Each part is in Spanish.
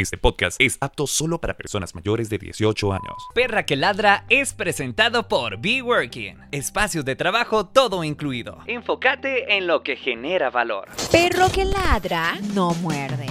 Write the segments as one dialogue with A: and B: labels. A: Este podcast es apto solo para personas mayores de 18 años.
B: Perra que ladra es presentado por Be Working. Espacios de trabajo todo incluido. Enfócate en lo que genera valor.
C: Perro que ladra no muerde.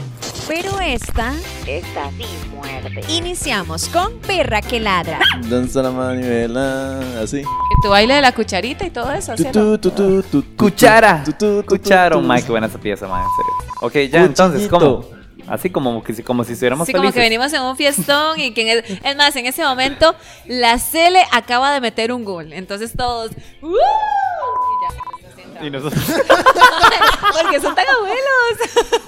C: Pero esta,
D: Esta sí muerde.
C: iniciamos con Perra que ladra.
E: Danza la manivela, así.
F: Y Tu baile de la cucharita y todo eso. ¿sí o no?
E: Tu, tu, tu, tu, tu, tu,
B: Cuchara.
E: tu, tu, tu, tu,
B: Cucharo,
E: tu.
B: Mike, qué buena esa pieza, Mike, en serio. Ok, ya, entonces, ¿cómo? Así como, que si- como si estuviéramos
F: Así como
B: felices.
F: que venimos en un fiestón y que en el- es más, en ese momento la Cele acaba de meter un gol. Entonces todos. "¡Uh!" Y ya, pues, así
B: Y nosotros...
F: entramos. Porque son tan abuelos.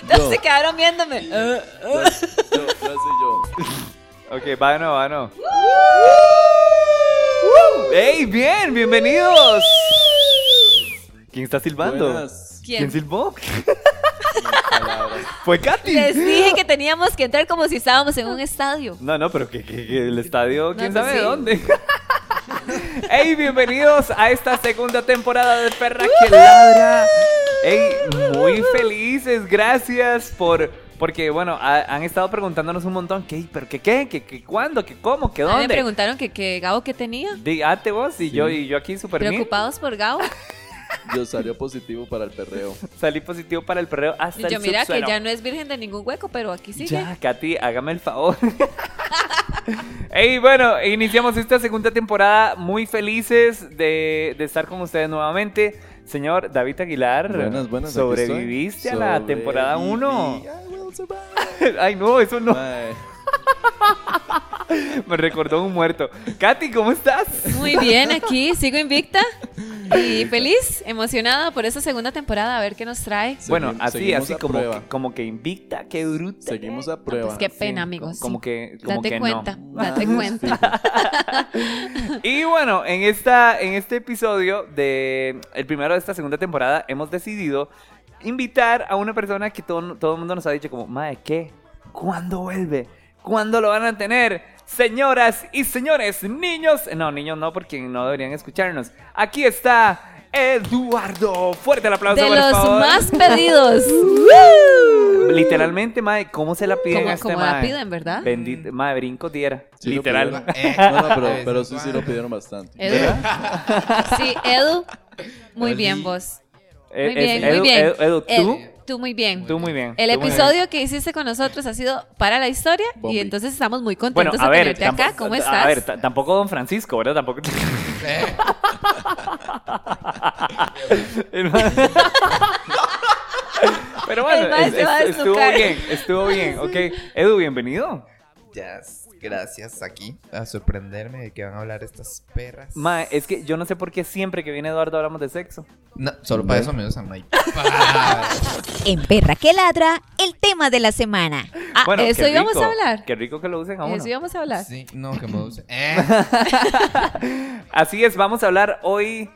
F: Entonces
E: No.
F: se quedaron viéndome. "Eh".
E: Yo, yo, yo soy yo.
B: Ok, va de nuevo, va de nuevo. ¡Woo! ¡Ey, bien! ¡Bienvenidos! ¿Quién está silbando?
E: Buenas
B: ¿Quién
F: ¿Quién?
B: silbó?
E: palabras.
B: ¡Fue Katy!
F: Les dije que teníamos que entrar como si estábamos en un estadio.
B: No, no, pero que, que- que el estadio, quién
F: pues
B: sabe
F: sí.
B: dónde. ¡Ey, bienvenidos a esta segunda temporada de Perra que Ladra! ¡Ey, muy felices! Gracias por... Porque, bueno, ha- han estado preguntándonos un montón, ¿qué? ¿Pero qué qué? ¿Qué, qué cuándo? ¿Qué cómo? ¿Qué
F: A mí me
B: dónde? ah,
F: preguntaron que, que Gabo que tenía.
B: Dígate vos y yo y yo aquí súper bien.
F: Preocupados por Gabo.
E: Yo salió positivo para el perreo.
B: Salí positivo para el perreo hasta
F: Y yo,
B: el
F: mira que
B: subsuelo.
F: ya no es virgen de ningún hueco, pero aquí sigue.
B: Ya, Katy, hágame el favor. Ey, bueno, iniciamos esta segunda temporada muy felices de, de estar con ustedes nuevamente. Señor David Aguilar,
E: Buenas, buenas. aquí
B: sobreviviste a
E: estoy.
B: la temporada 1.
E: Sobreviví. I will survive.
B: Ay, no, eso no.
E: Mae,
B: Me recordó un muerto. Katy, ¿cómo estás?
F: Muy bien, aquí sigo invicta y feliz, emocionada por esa segunda temporada, a ver qué nos trae.
E: segui-
B: bueno, así,
E: seguimos
B: así
E: a
B: como
E: prueba.
B: que, como que invicta, qué bruta.
E: Seguimos a
F: No,
E: prueba.
F: pues qué
B: Sí,
F: pena, amigos.
B: Como
F: sí.
B: que, como
F: Date
B: que
F: cuenta,
B: no.
F: date cuenta.
B: Y bueno, en, esta, en este episodio de el primero de esta segunda temporada hemos decidido invitar a una persona que todo, todo el mundo nos ha dicho como, madre, ¿qué? ¿Cuándo vuelve? ¿Cuándo lo van a tener? Señoras y señores, niños, no, niños no, porque no deberían escucharnos. Aquí está Eduardo. Fuerte el aplauso,
F: De
B: por
F: los
B: favor.
F: más pedidos.
B: Literalmente, madre, ¿cómo se la piden a
F: como
B: este
F: como la
B: mae?
F: piden, ¿verdad?
B: Bendito, madre, brinco diera.
E: Sí lo
B: Literal.
E: pidieron. No, no, pero, pero sí, sí lo pidieron bastante.
F: Edu. Sí, Edu. Muy bien, vos. Muy bien, muy bien.
B: Eh, Edu, Edu, tú,
F: Edu, tú muy bien.
B: tú muy bien.
F: El
B: tú muy bien.
F: episodio que hiciste con nosotros ha sido para la historia
E: Bombi.
F: y entonces estamos muy
B: Bueno,
F: contentos
B: a
F: de
B: ver,
F: tenerte acá.
B: tampoco-
F: ¿Cómo
B: a-
F: estás? Eh,
B: A ver, ta- tampoco Don Francisco, ¿verdad? Tampoco. El ma- Pero
F: El
B: bueno,
F: ma
B: es-
F: se va a
B: es- estuvo
F: desnucar.
B: bien, estuvo bien. Ok, Edu, bienvenido.
G: Yes, gracias aquí a sorprenderme de que van a hablar estas perras.
B: Ma, es que yo no sé por qué siempre que viene Eduardo hablamos de sexo.
G: No, solo para eso me usan Mike.
C: En Perra que ladra, el tema de la semana.
F: Ah,
B: bueno,
F: eso
B: qué
F: íbamos
B: rico,
F: a hablar.
B: Qué rico que lo usen a uno.
F: Eso íbamos a hablar.
G: Sí, no, que me usan. Eh,
B: Así es, vamos a hablar hoy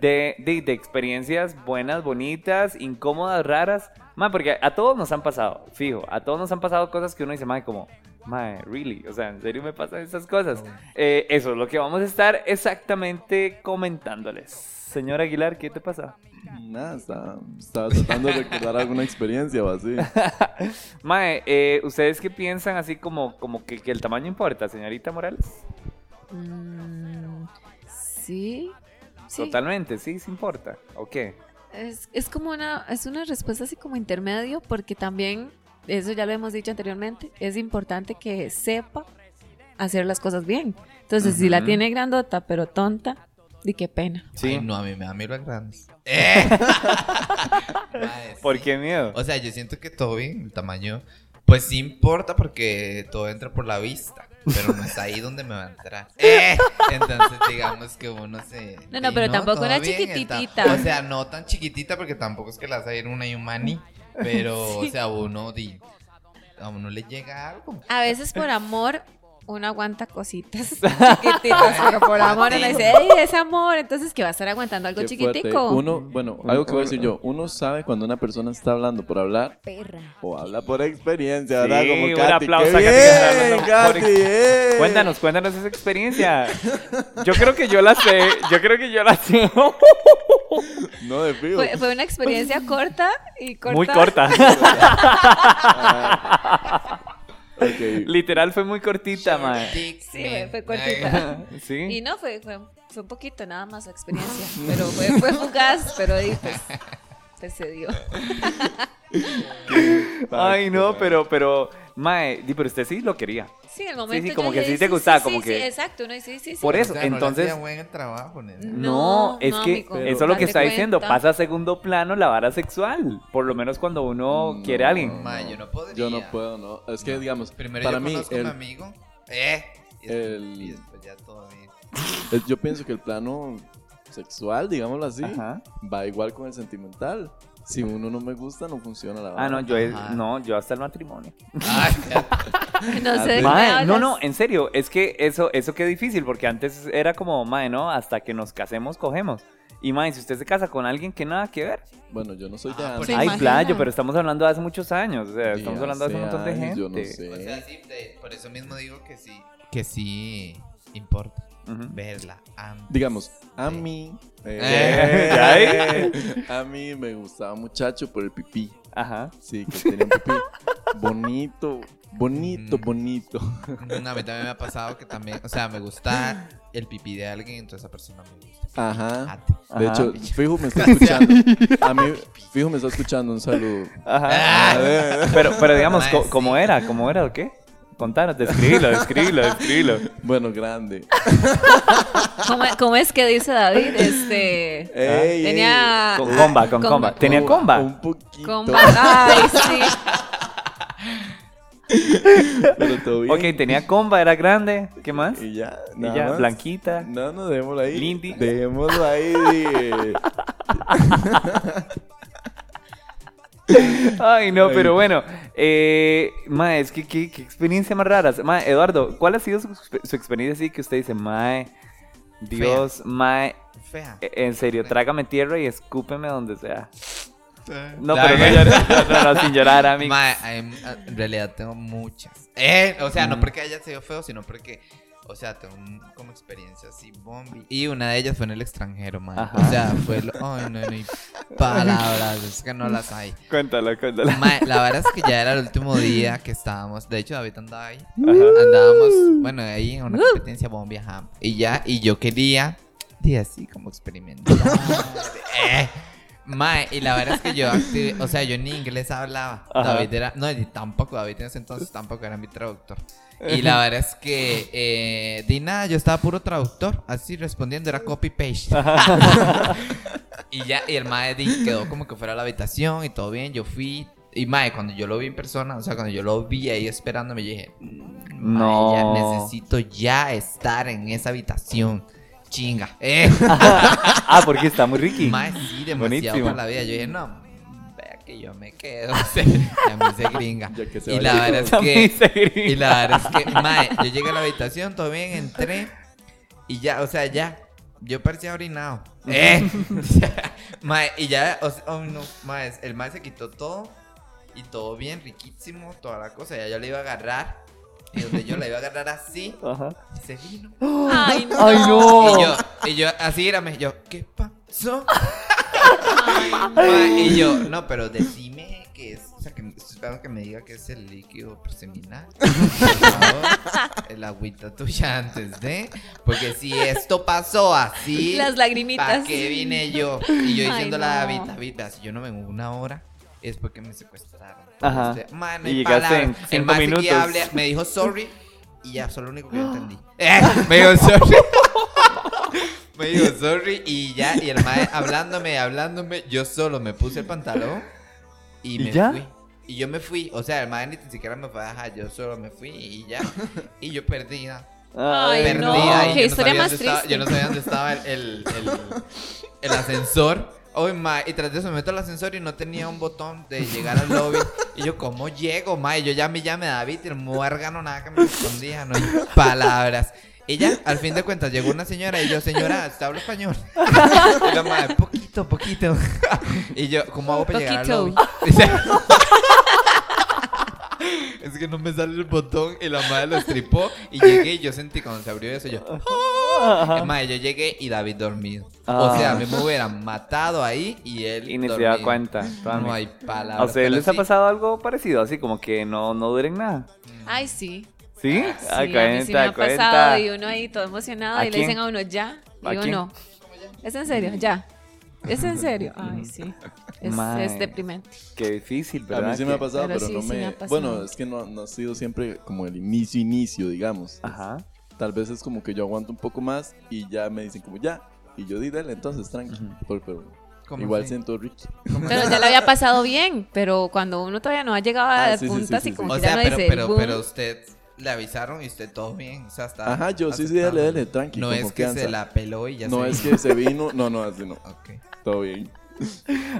B: de, de- de experiencias buenas, bonitas, incómodas, raras. Ma, porque a todos nos han pasado, fijo, a todos nos han pasado cosas que uno dice, ma, como, ma, really, o sea, en serio me pasan estas cosas. Eh, eso es lo que vamos a estar exactamente comentándoles. Señor Aguilar, ¿qué te pasa?
E: Nada, estaba, estaba tratando de recordar alguna experiencia o así.
B: Mae, eh, ¿ustedes qué piensan así como, como que, que el tamaño importa, señorita Morales?
F: Mm, sí. sí.
B: Totalmente, sí, sí importa. ¿O qué?
F: Es, es como una, es una respuesta así como intermedio, porque también, eso ya lo hemos dicho anteriormente, es importante que sepa hacer las cosas bien. Entonces, si la
B: Ujú.
F: tiene grandota, pero tonta, di qué pena.
G: ay, no, a mí me da miedo las grandes. Eh. Mae, sí.
B: ¿Por qué miedo?
G: O sea, yo siento que todo bien, el tamaño. Pues sí importa porque todo entra por la vista. Pero no es ahí donde me va a entrar. Eh, Entonces, digamos que uno se.
F: No, no,
G: y
F: pero tampoco
G: todo
F: una
G: bien, está-
F: chiquitita.
G: O sea, no tan chiquitita porque tampoco es que las hay en una y un maní. Pero, o sea, uno. di- a uno le llega algo.
F: A veces por amor uno aguanta cositas chiquititas, pero por amor uno dice, ¡Ey, es amor! Entonces, que va a estar aguantando algo
E: Qué fuerte.
F: chiquitico?
E: Uno, bueno, algo que voy a decir yo. Uno sabe cuando una persona está hablando por hablar
C: Perra.
E: o habla por experiencia,
B: Sí,
E: ¿verdad? Como
B: un
E: Katy.
B: aplauso
E: ¡Qué
B: a Katy que está hablando
E: bien,
B: por
E: Katy!
B: ex-
E: ¡eh!
B: Cuéntanos, cuéntanos esa experiencia. Yo creo que yo la sé. Yo creo que yo la sé.
E: No, de fijo.
F: Fue, fue una experiencia corta y corta.
B: Muy corta.
E: Ah, ok.
B: Literal fue muy cortita, mae.
G: Dick,
F: Sí,
G: man.
F: fue cortita. Y
B: Sí.
F: no, fue, fue, fue un poquito nada más la experiencia, pero fue, fue fugaz, pero di, pues, pues se dio.
B: Ay, no, pero, pero, mae, di, pero usted sí lo quería.
F: Sí, en el momento
B: sí,
F: yo
B: como que
F: dije,
B: sí te gustaba,
F: sí,
B: como
F: sí,
B: que-
F: sí, exacto, no, y sí, sí, sí.
B: Por
G: O
B: eso,
G: sea, no le
B: entonces.
G: hacía buen trabajo, nena.
B: No,
F: No,
B: es
F: no,
B: que
F: amigo,
B: eso es lo que
F: date
B: está diciendo.
F: cuenta.
B: Pasa a segundo plano la vara sexual. Por lo menos cuando uno
E: No.
B: quiere a alguien.
G: Ma, yo no podría.
E: Yo no puedo, no. Es que,
G: No.
E: digamos,
G: Primero
E: para
G: yo
E: mí,
G: conozco a
E: el-
G: un amigo. Eh. Y después,
E: el-
G: y después ya todo bien.
E: el- yo pienso que el plano sexual, digámoslo así,
B: Ajá.
E: va igual con el sentimental. Si uno no me gusta, no funciona la
B: Ah, no, yo
G: Ajá.
B: no, yo hasta el matrimonio.
G: Ay, ya.
F: No sé de qué me
B: Mae, no,
F: hablas.
B: no, eh. en serio, es que eso, eso qué difícil, porque antes era como, mae, no, hasta que nos casemos, cogemos. Y mae, si usted se casa con alguien que nada que ver.
E: Bueno, yo no soy
G: Ah,
E: de
G: por
E: antes.
F: ¿Se
B: Ay,
F: imagina?
B: playo, pero estamos hablando de hace muchos años. O sea, estamos
E: Ya
B: hablando de hace un
E: hace
B: montón de gente.
E: años, yo no sé.
G: O sea, sí, de- por eso mismo digo que sí. Que sí importa.
B: Ujú.
G: Verla. am-
E: Digamos, a
G: Sí.
E: mí.
G: Eh,
B: ¿ya
E: a mí me gustaba un muchacho por el pipí.
B: Ajá.
E: Sí, que tenía un pipí bonito, bonito,
G: Mm.
E: bonito.
G: No, a mí también me ha pasado que también. O sea, me gusta el pipí de alguien, entonces esa persona me gusta.
E: Ajá.
G: Ah,
E: De
B: Ajá.
E: hecho, Fijo me está escuchando. A mí, Fijo me está escuchando. Un saludo.
B: Ajá.
E: Ah.
B: Pero, pero digamos,
G: Mae,
B: co-
G: sí.
B: ¿cómo era? ¿Cómo era o qué? Contanos, describilo, describilo, describilo.
E: Bueno, grande.
B: Ah,
F: ¿Cómo, cómo es que dice David? Este...
E: Ey,
F: Tenía...
B: Con comba, con
F: con-
B: comba. Tenía
E: ey,
B: comba.
E: Un poquito.
F: Comba. Ay, sí.
E: Pero todo bien.
B: Ok, tenía comba, era grande. ¿Qué más?
E: Y ya,
B: Y
E: nada
B: ya,
E: más.
B: blanquita.
E: No, no, dejémoslo ahí.
B: Lindy.
E: Dejémoslo ahí. di.
B: Ay, no,
E: Ay.
B: pero bueno. Eh, mae, es que qué, qué experiencia más rara. Mae, Eduardo, ¿cuál ha sido su, su experiencia así que usted dice, mae, Dios, mae,
G: Fea.
B: e- en serio, trágame tierra y escúpeme donde sea? No,
G: Da-
B: pero no llorar, no, no, no, sin llorar, amigo.
G: Ma, em, en realidad tengo muchas. Eh, o sea, no
B: Mm.
G: porque haya sido feo, sino porque, o sea, tengo un- como experiencia así, bombi. Y una de ellas fue en el extranjero, ma.
B: Ajá.
G: O sea, fue lo- Ay, no, no hay palabras, es que no las hay.
B: Cuéntala, cuéntala.
G: Ma, la verdad es que ya era el último día que estábamos. De hecho, David andaba ahí.
B: Ajá.
G: Andábamos, bueno, ahí en una competencia bombi, ajá. Y ya, y yo quería, y así como experimentar. Eh, Mae, y la verdad es que yo, acti- o sea, yo ni inglés hablaba.
B: Ajá.
G: David era, no, y tampoco, David en ese entonces tampoco era mi traductor. Y la verdad es que, eh, di nada, yo estaba puro traductor, así respondiendo, era copy-paste. y ya, y el mae di, quedó como que fuera a la habitación y todo bien, yo fui. Y mae, cuando yo lo vi en persona, o sea, cuando yo lo vi ahí esperándome, yo dije,
B: No.
G: no. necesito ya estar en esa habitación. Chinga. Eh.
B: Ah, porque está muy ricky.
G: Mae, sí, demasiado
B: Buenísimo.
G: para la vida. Yo dije, no, vea que yo me quedo. O sea, ya me hice gringa.
E: Ya que se
G: Y
E: vaya.
G: la verdad es
B: Ya me
G: que.
B: hice gringa.
G: Y la verdad es que, mae, yo llegué a la habitación, todo bien, entré. Y ya, o sea, ya. Yo parecía orinado. ¡Eh! mae, y ya, o sea, oh, no, mae, el mae se quitó todo. Y todo bien, riquísimo, toda la cosa. Ya yo le iba a agarrar. Y donde yo la iba a agarrar así,
B: Ajá.
G: se vino.
F: Ay, no.
B: Ay, no.
G: Y yo, y yo, así érame, yo, ¿qué pasó? Ma, Y yo, no, pero decime que es, o sea, que espero que me diga que es el líquido preseminal. Por favor, el agüita tuya antes de, porque si esto pasó así,
F: Las lagrimitas.
G: ¿para qué vine yo? Y yo
F: Ay,
G: diciendo la
F: no.
G: David, David, vea, si yo no vengo en una hora. Es porque me secuestraron.
B: Ajá.
G: Entonces, ma, no
B: Y
G: hay
B: llegaste en
G: palabras. El
B: cinco
G: más
B: minutos.
G: me dijo sorry y ya, solo lo único que yo entendí. Eh, me dijo sorry. Me dijo sorry y ya, y el mae hablándome, hablándome, yo solo me puse el pantalón y
B: ¿Y
G: me
B: ya?
G: fui. Y yo me fui, o sea, el mae ni siquiera me fue a dejar, yo solo me fui y ya. Y yo perdida.
F: Ay,
G: Perdida.
F: no,
G: y
F: qué
G: yo
F: historia
G: sabía
F: más
G: dónde estaba- yo no sabía dónde estaba el, el- el- el ascensor. Uy, mae, y tras de eso me meto al ascensor y no tenía un botón de llegar al lobby. Y yo, ¿cómo llego, mae? Yo ya me llamé a David y el muérgano nada que me respondía, no hay palabras. Y ya, al fin de cuentas, llegó una señora y yo, señora, ¿usted habla español? Y la madre, poquito, poquito. Y yo, ¿cómo hago para llegar al
F: Poquito.
G: lobby? Dice, es que no me sale el botón y la madre lo estripó y llegué y yo sentí cuando se abrió eso yo "Ah". madre yo llegué y David dormido o sea
B: Ah.
G: a mí me hubieran matado ahí y él
B: Y ni se
G: dormido.
B: da cuenta. toda
G: no
B: mi-
G: hay palabras
B: ¿A ustedes
G: pero
B: les ha
G: sí,
B: pasado algo parecido? Así como que no, no duren nada.
F: Ay, sí.
B: ¿Sí?
F: Ah, Sí,
B: Ay,
F: a mí sí me
B: cuenta,
F: ha
B: cuenta.
F: pasado y uno ahí todo emocionado
B: ¿A
F: y
B: quién?
F: le dicen a uno ya
B: ¿A
F: y uno
B: quién?
F: no. Es en serio, ya. Es en serio. Ay, sí. Es,
B: Mae.
F: es deprimente.
B: Qué difícil,
E: A
B: ¿verdad?
E: mí sí me ha
B: Que-
E: pasado,
F: Pero
E: pero,
F: sí,
E: no
F: sí
E: me...
F: me ha pasado.
E: Bueno, es que no, no ha sido siempre como el inicio, inicio, digamos.
B: Ajá.
E: Tal vez es como que yo aguanto un poco más y ya me dicen como ya. Y yo di, dale, entonces, tranqui. Pero, pero
G: ¿Cómo
E: igual
G: así?
E: siento Ricky.
G: ¿Cómo
F: Pero
G: así?
F: ya lo había pasado bien, pero cuando uno todavía no ha llegado a
E: Ah,
F: las
E: sí, sí, sí,
F: puntas
E: sí,
F: y
E: sí.
F: como
G: O
F: que
G: sea,
F: ya no
G: pero,
F: dice
G: pero,
F: boom.
G: pero usted le avisaron y usted todo bien. O sea, está.
E: Ajá, yo sí, sí, dale,
G: aceptable.
E: dale, tranqui.
G: No
E: con
G: es que se
E: confianza.
G: la peló y ya
E: No
G: se
E: es
G: vino.
E: que se vino. No, no, así no.
G: Ok.
E: Todo bien.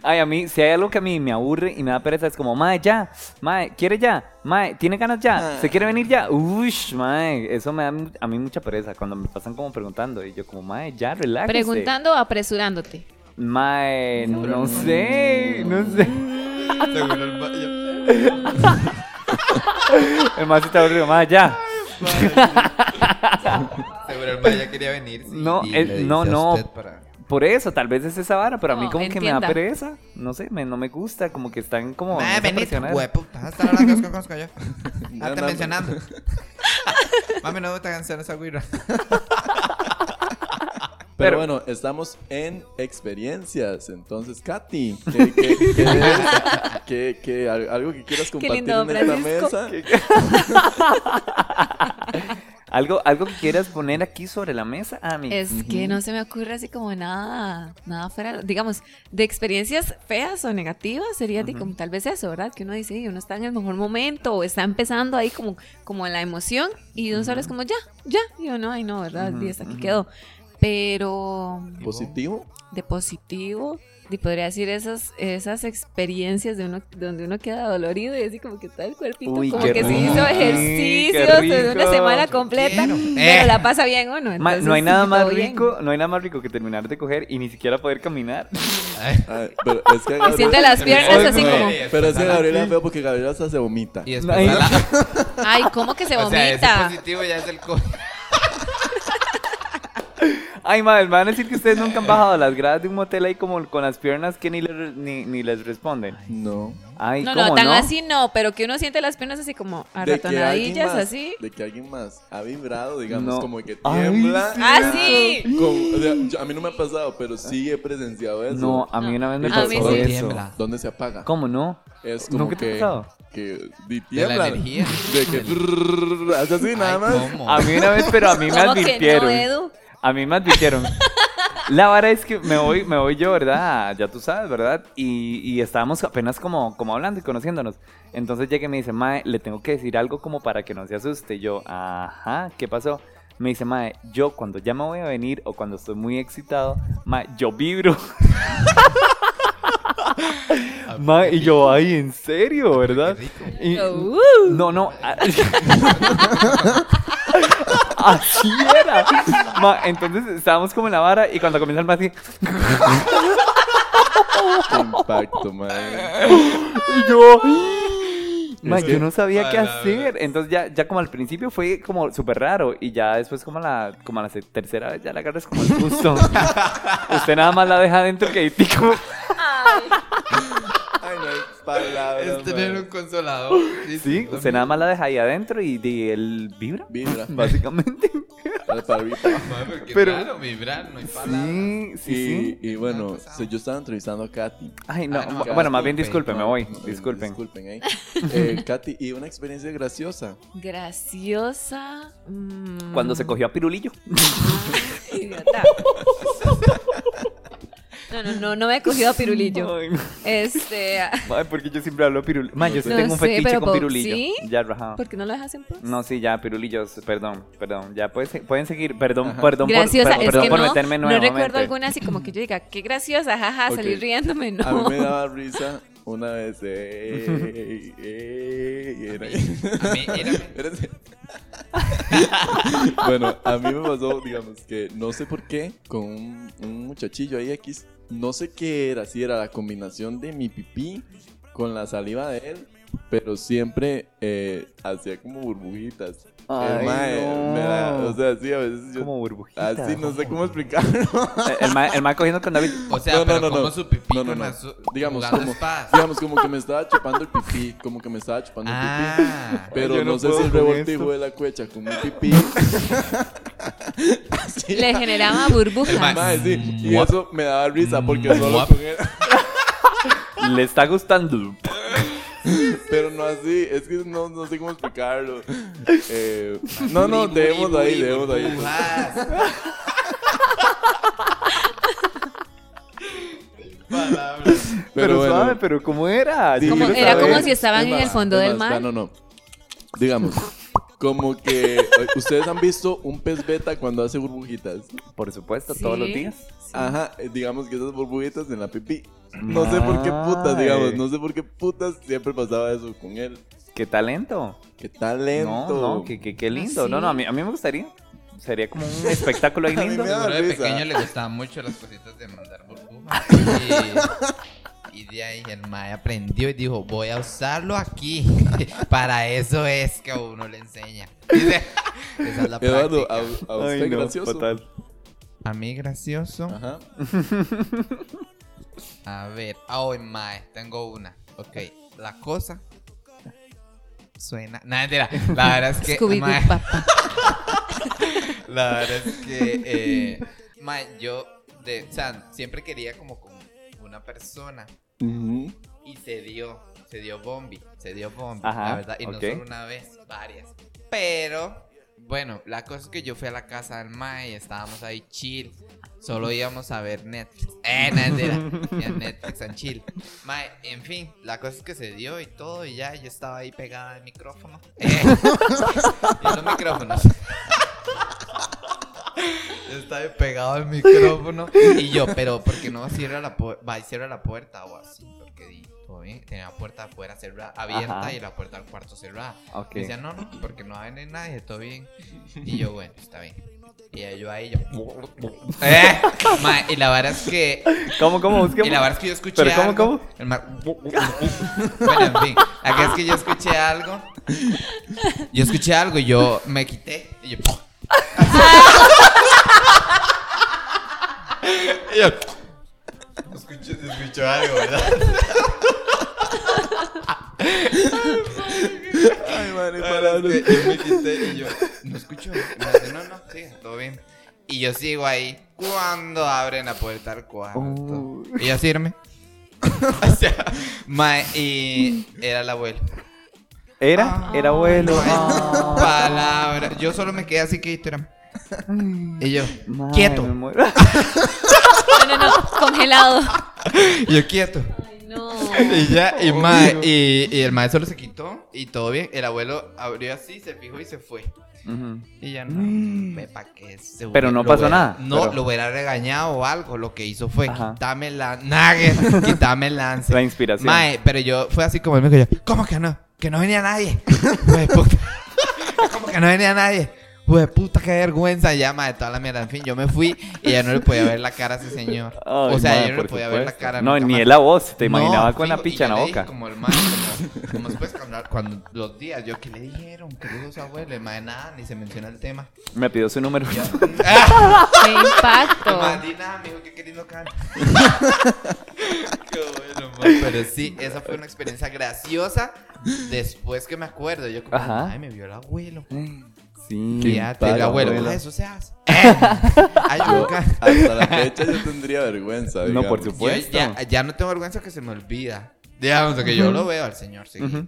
B: Ay, a mí, si hay algo que a mí me aburre y me da pereza, es como, mae, ya, mae, quiere ya, mae, tiene ganas ya, se quiere venir ya, uff, mae, eso me da mu- a mí mucha pereza cuando me pasan como preguntando y yo como, mae, ya, relájese.
F: Preguntando o apresurándote.
B: Mae, no sé, no sé.
G: Seguro el baño.
B: El mae se está aburrido, mae, ya.
G: Seguro el baño quería venir. sí,
B: No,
G: y
B: el-
G: le dice
B: no,
G: a
B: no.
G: usted para-
B: Por eso, tal vez es esa vara, pero a mí
F: No,
B: como que me da
F: entienda.
B: pereza, no sé, me- no me gusta, como que están como...
G: Mae,
B: no se
G: venite,
B: presionan.
G: huepo. Vas a estar hablando con conozco yo.
E: No,
G: Ah, te
E: no,
G: mencionando. Mami, no me está cansando esa güira.
B: Pero-
E: Pero bueno, estamos en experiencias. Entonces, Katy, ¿qué, qué- qué- qué- qué- al- algo que quieras
F: Qué
E: compartir
F: lindo,
E: en esta
F: Francisco.
E: mesa?
B: Algo, algo que quieras poner aquí sobre la mesa, Ah, Ami.
F: Es que no se me ocurre así como nada, nada fuera, digamos, de experiencias feas o negativas, sería de como tal vez eso, ¿verdad? Que uno dice, "Ey, uno está en el mejor momento o está empezando ahí como, como la emoción y uno solo es como, ya, ya, y uno, ay no, ¿verdad?
B: Ujú,
F: Y hasta aquí
B: ujú.
F: quedó. Pero
E: ¿Positivo?
F: de positivo, y podría decir esas, esas experiencias de uno, donde uno queda dolorido y así como que está el cuerpito,
B: Uy,
F: como
B: qué
F: que
B: rico.
F: se hizo
B: Sí, qué
F: ejercicios de
B: rico.
F: una semana completa,
G: Quiero. Eh.
F: pero la pasa bien uno.
B: Ma-
F: entonces
B: no hay
F: sí,
B: nada
F: todo
B: más
F: bien.
B: rico, no hay nada más rico que terminar de coger y ni siquiera poder caminar.
E: Ah, pero es que
F: Y siente las piernas
B: Oye,
F: así
B: no.
F: como,
E: Pero es que Gabriela es feo porque Gabriela hasta se vomita.
G: Y
B: No, y-
G: después. la-
F: ay, ¿cómo que se
G: O sea, ese pues,
F: vomita?
G: positivo ya es el co.
B: Ay, madre, me van a decir que ustedes nunca han bajado las gradas de un motel ahí como con las piernas que ni, le- ni, ni les responden.
E: No.
B: Ay,
F: No,
B: ¿cómo
F: no, tan
B: no?
F: así no, pero que uno siente las piernas así como a ratonadillas,
E: más,
F: así.
E: de que alguien más ha vibrado, digamos,
B: No.
E: como que
B: Ay,
E: tiembla.
B: sí.
F: ¡Ah, sí!
E: Con- o sea, yo- a mí no me ha pasado, pero sí he presenciado eso.
B: No, a mí
F: No.
B: una vez me
E: A
B: pasó
F: mí sí.
B: eso.
G: Tiembla.
E: ¿Dónde se apaga?
B: ¿Cómo no?
E: Es como
B: ¿Nunca te ha
E: que,
B: pasado?
E: que di-
G: De la
E: tiembla.
G: energía.
E: De que trrr, hace así nada más.
G: Ay, ¿cómo?
B: A mí una vez, pero a mí me
F: ¿Cómo que no,
B: advirtieron.
F: Edu?
B: A mí me advirtieron. La vara es que me voy, me voy yo, ¿verdad? Ya tú sabes, ¿verdad? Y, y estábamos apenas como, como hablando y conociéndonos. Entonces llega y me dice, Mae, le tengo que decir algo como para que no se asuste. Y yo, ajá, ¿qué pasó? Me dice, Mae, yo cuando ya me voy a venir o cuando estoy muy excitado, Mae, yo vibro. Mae, y yo, ay, en serio, ¿verdad? Y-
F: Uh.
B: no, no. a- Así era. Ma, entonces estábamos como en la vara y cuando comienza el más así.
E: Qué impacto, madre.
B: Y yo. Ma,
E: Es
B: yo
E: que-
B: no sabía
G: Ay,
B: qué
G: la verdad.
B: hacer. Entonces ya, ya como al principio fue como súper raro. Y ya después como a la, como a la se- tercera vez ya la agarras como el gusto. Usted nada más la deja dentro que ahí como.
E: Ay, no hay palabras.
G: Es tener
E: madre.
G: un consolador.
B: Sí, usted nada más la deja ahí adentro y, y él vibra,
E: Vibra.
B: básicamente.
E: Al palpito.
G: Pero.
B: Pero-
G: Claro, vibrar, no hay palabra.
B: Sí, sí, sí.
E: Y, y bueno, se- yo estaba entrevistando a Katy.
B: Ay, no.
G: Ay, no,
B: bu- bueno, más bien
G: disculpe,
B: disculpen, me voy.
E: No, eh,
B: Disculpen.
E: Disculpen, eh. Eh, Katy, y una experiencia graciosa.
F: Graciosa. mm.
B: Cuando se cogió a Pirulillo.
F: Idiota. No, no, no, no me he cogido a pirulillo.
B: Ay, no.
F: Este,
B: Ay, porque yo siempre hablo pirulillo. Man, yo sí
F: No
B: tengo un
F: sé,
B: fetiche
F: pero
B: con
F: Pau,
B: pirulillo.
F: ¿sí?
B: Ya, rajado.
F: ¿por qué no lo pues? dejas en paz?
B: No, sí, ya, pirulillos, perdón, perdón. Ya puedes- pueden seguir, perdón, perdón,
F: graciosa,
B: por, perdón, perdón
F: es que
B: por
F: no,
B: meterme
F: no
B: nuevamente.
F: recuerdo alguna así como que yo diga, qué graciosa, jaja,
E: Ok.
F: salí riéndome,
E: A mí
F: no.
E: me daba risa una vez. eh, eh, y era-
G: A mí, era-
E: Espérense. bueno, a mí me pasó, digamos, que no sé por qué, con un, un muchachillo ahí X, no sé qué era, si era la combinación de mi pipí con la saliva de él, pero siempre eh, hacía como burbujitas.
B: Ay,
E: el mae,
B: no.
E: me la- o sea, sí, a veces yo...
B: Como burbujita.
E: Así, no sé cómo explicarlo.
B: Ah, El, ma, el ma cogiendo con David.
G: O sea,
E: No, no,
G: pero
E: no,
G: como
E: no.
G: su pipí
E: No, no,
G: con
E: no.
G: las- su-
E: Digamos,
G: jugando
E: como-
G: espadas.
E: Digamos, como que me estaba chupando el pipí, como que me estaba chupando el pipí.
G: Ah.
E: Pero
B: Yo
E: no,
B: no
E: sé si
B: puedo
E: el
B: con
E: revoltijo
B: esto.
E: de la cuecha con mi pipí. Así,
F: Le
E: mae,
F: generaba
G: El
F: burbujas.
G: ma-
E: mae, sí. Y
B: mm,
G: Guap.
E: eso me daba risa porque
G: Mm,
E: solo
G: guap.
E: con él.
B: Le está gustando.
E: Pero no así, es que no, no sé cómo explicarlo. Eh, no, no, dejémoslo ahí, dejémoslo ahí.
G: Palabras.
B: Pero,
E: bueno,
B: suave, pero ¿cómo era?
E: sí,
B: Yo
F: Como-
B: quiero
F: era
B: saber.
F: como si estaban
E: Es
F: en
E: más,
F: el fondo
E: es
F: del
E: más,
F: mar.
E: No, no, no. Digamos, como que eh, ustedes han visto un pez beta cuando hace burbujitas.
B: Por supuesto,
F: Sí.
B: todos los días.
E: Ajá, eh, digamos que esas burbujitas en la pipí. No sé por qué putas, digamos, no sé por qué putas siempre pasaba eso con él.
B: Qué talento.
E: Qué talento.
B: No, no, qué, qué- qué lindo.
F: Sí.
B: No, no, a mí, a mí me gustaría. Sería como un espectáculo ahí
E: A mí
B: lindo.
E: me da-
G: Seguro de
E: risa.
G: pequeño le gustaban mucho las cositas de mandar burbujas. Y, y de ahí el mae aprendió y dijo, voy a usarlo aquí. Para eso es que a uno le enseña. Dice, Esa es la
E: Eduardo, a,
G: práctica.
E: a usted
B: Ay, no,
E: gracioso.
B: fatal.
G: A mí gracioso.
E: Ajá. Ah.
G: A ver, ay, mae, tengo una. Ok, la cosa suena. Nada, mentira. La verdad es que. mae,
F: Scooby-Doo, papá.
G: la verdad es que. Eh, mae, yo. De, o sea, siempre quería como con una persona.
E: Ujú.
G: Y se dio. Se dio Bombi. Se dio Bombi.
B: Ajá,
G: la verdad. Y
B: ok.
G: no solo una vez, varias. Pero. Bueno, la cosa es que yo fui a la casa del mae y estábamos ahí chill. Solo íbamos a ver Netflix. Eh, no, mentira. Y a Netflix and chill. Mae, en fin, la cosa es que se dio y todo y ya. Yo estaba ahí pegada al micrófono. Eh, y los micrófonos. Yo estaba ahí pegado al micrófono y yo, pero porque no cierra la puerta, va y cierra la puerta o así, porque di, todo bien, tenía la puerta afuera cerrada, abierta
B: Ajá.
G: y la puerta del cuarto cerrada.
B: Ok.
G: Me decía, no, no, porque no va a venir nadie, todo bien. Y yo, bueno, está bien. Y ahí yo ahí, yo. Eh, ma, y la verdad es que.
B: ¿Cómo, cómo? Busquemos.
G: Y la verdad es que yo escuché.
B: ¿Pero cómo,
G: algo.
B: cómo?
G: El ma- Bueno, en fin. Acá es que yo escuché algo. Yo escuché algo y yo me quité. Y yo. Y yo. Escuché, se escuchó algo, ¿verdad?
E: Ay, madre,
G: Ahora
E: palabras.
G: es que yo me quité y yo, no escucho. Y me dice, no, no, sí, todo bien. Y yo sigo ahí cuando abren la puerta al cuarto. Y yo sirme. o sea, mae, y era el abuelo.
B: Era, era abuelo. Ah.
G: Palabra. Yo solo me quedé así que era. Y yo,
B: Ah. Madre,
G: quieto.
B: me muero.
F: No, no, no, congelado.
G: Y yo, quieto.
F: Ay, no.
G: Y ya, y, mae, y, y el maestro solo se quitó y todo bien. El abuelo abrió así, se fijó y se fue.
B: Ujú.
G: Y ya no. Ve pa' qué se
B: Mm. Pero no
G: lo
B: pasó
G: hubiera-
B: nada,
G: No,
B: pero-
G: lo hubiera regañado o algo. Lo que hizo fue
B: Ajá.
G: quitame la nugget, quitame el lance.
B: La inspiración.
G: Mae, pero yo fue así como el mico, yo, ¿cómo que no? Que no venía nadie. Jue puta. ¿Cómo que no venía nadie? Jue puta, qué vergüenza ya, mae, toda la mierda. En fin, yo me fui y ya no le podía ver la cara a ese señor.
B: Ay,
G: o sea,
B: madre,
G: yo no le
B: por
G: podía ver la
B: supuesto.
G: cara.
B: No,
G: nunca
B: ni
G: más.
B: él la voz. Te imaginaba
G: No,
B: con la
G: fijo,
B: picha
G: y
B: en la
G: yo le dije
B: boca.
G: Como el man, como, como después cuando, cuando los días, yo que le dijeron, que dijo su abuelo, el mae, nada, ni se menciona el tema.
B: Me pidió su número.
G: Ah,
F: Qué impacto.
G: Mandí nada, me dijo que qué lindo can. Qué bueno, man. Pero sí, esa fue una experiencia graciosa. Después que me acuerdo, yo como,
B: Ajá.
G: ay, me vio el abuelo.
B: Sí.
G: Fíjate, el
E: impacto,
G: abuelo.
E: abuelo.
G: "Ah, Eso se hace. Ay, yo, ca-
E: Hasta la fecha yo tendría vergüenza.
B: No, por
E: digamos.
B: supuesto.
G: yo ya, ya no tengo vergüenza que se me olvida. Digamos que yo lo veo al señor, sí.
B: Ujú.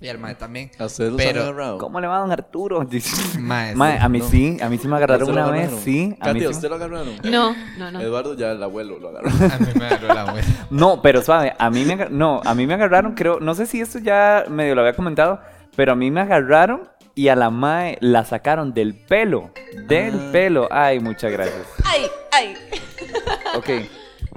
G: Y al mae también.
E: ¿A ustedes los han
G: Pero-
E: agarrado?
B: ¿Cómo le va a don Arturo? Dice-
G: Mae,
B: Mae, a mí
E: no.
B: sí, a mí sí me agarraron
E: ¿Usted lo
B: una vez,
E: agarraron?
B: sí. A mí
E: Katy, ¿a
B: sí
E: usted lo agarraron?
F: No, no,
B: Eh,
F: no.
E: Eduardo ya el abuelo lo agarró.
G: a mí me agarró la abuela.
B: me- No, pero suave, a mí me agar- no, a mí me agarraron, creo, no sé si esto ya medio lo había comentado, pero a mí me agarraron y a la mae la sacaron del
E: Ah.
B: pelo, del pelo. Ay, muchas gracias.
F: Ay, ay.
B: Ok.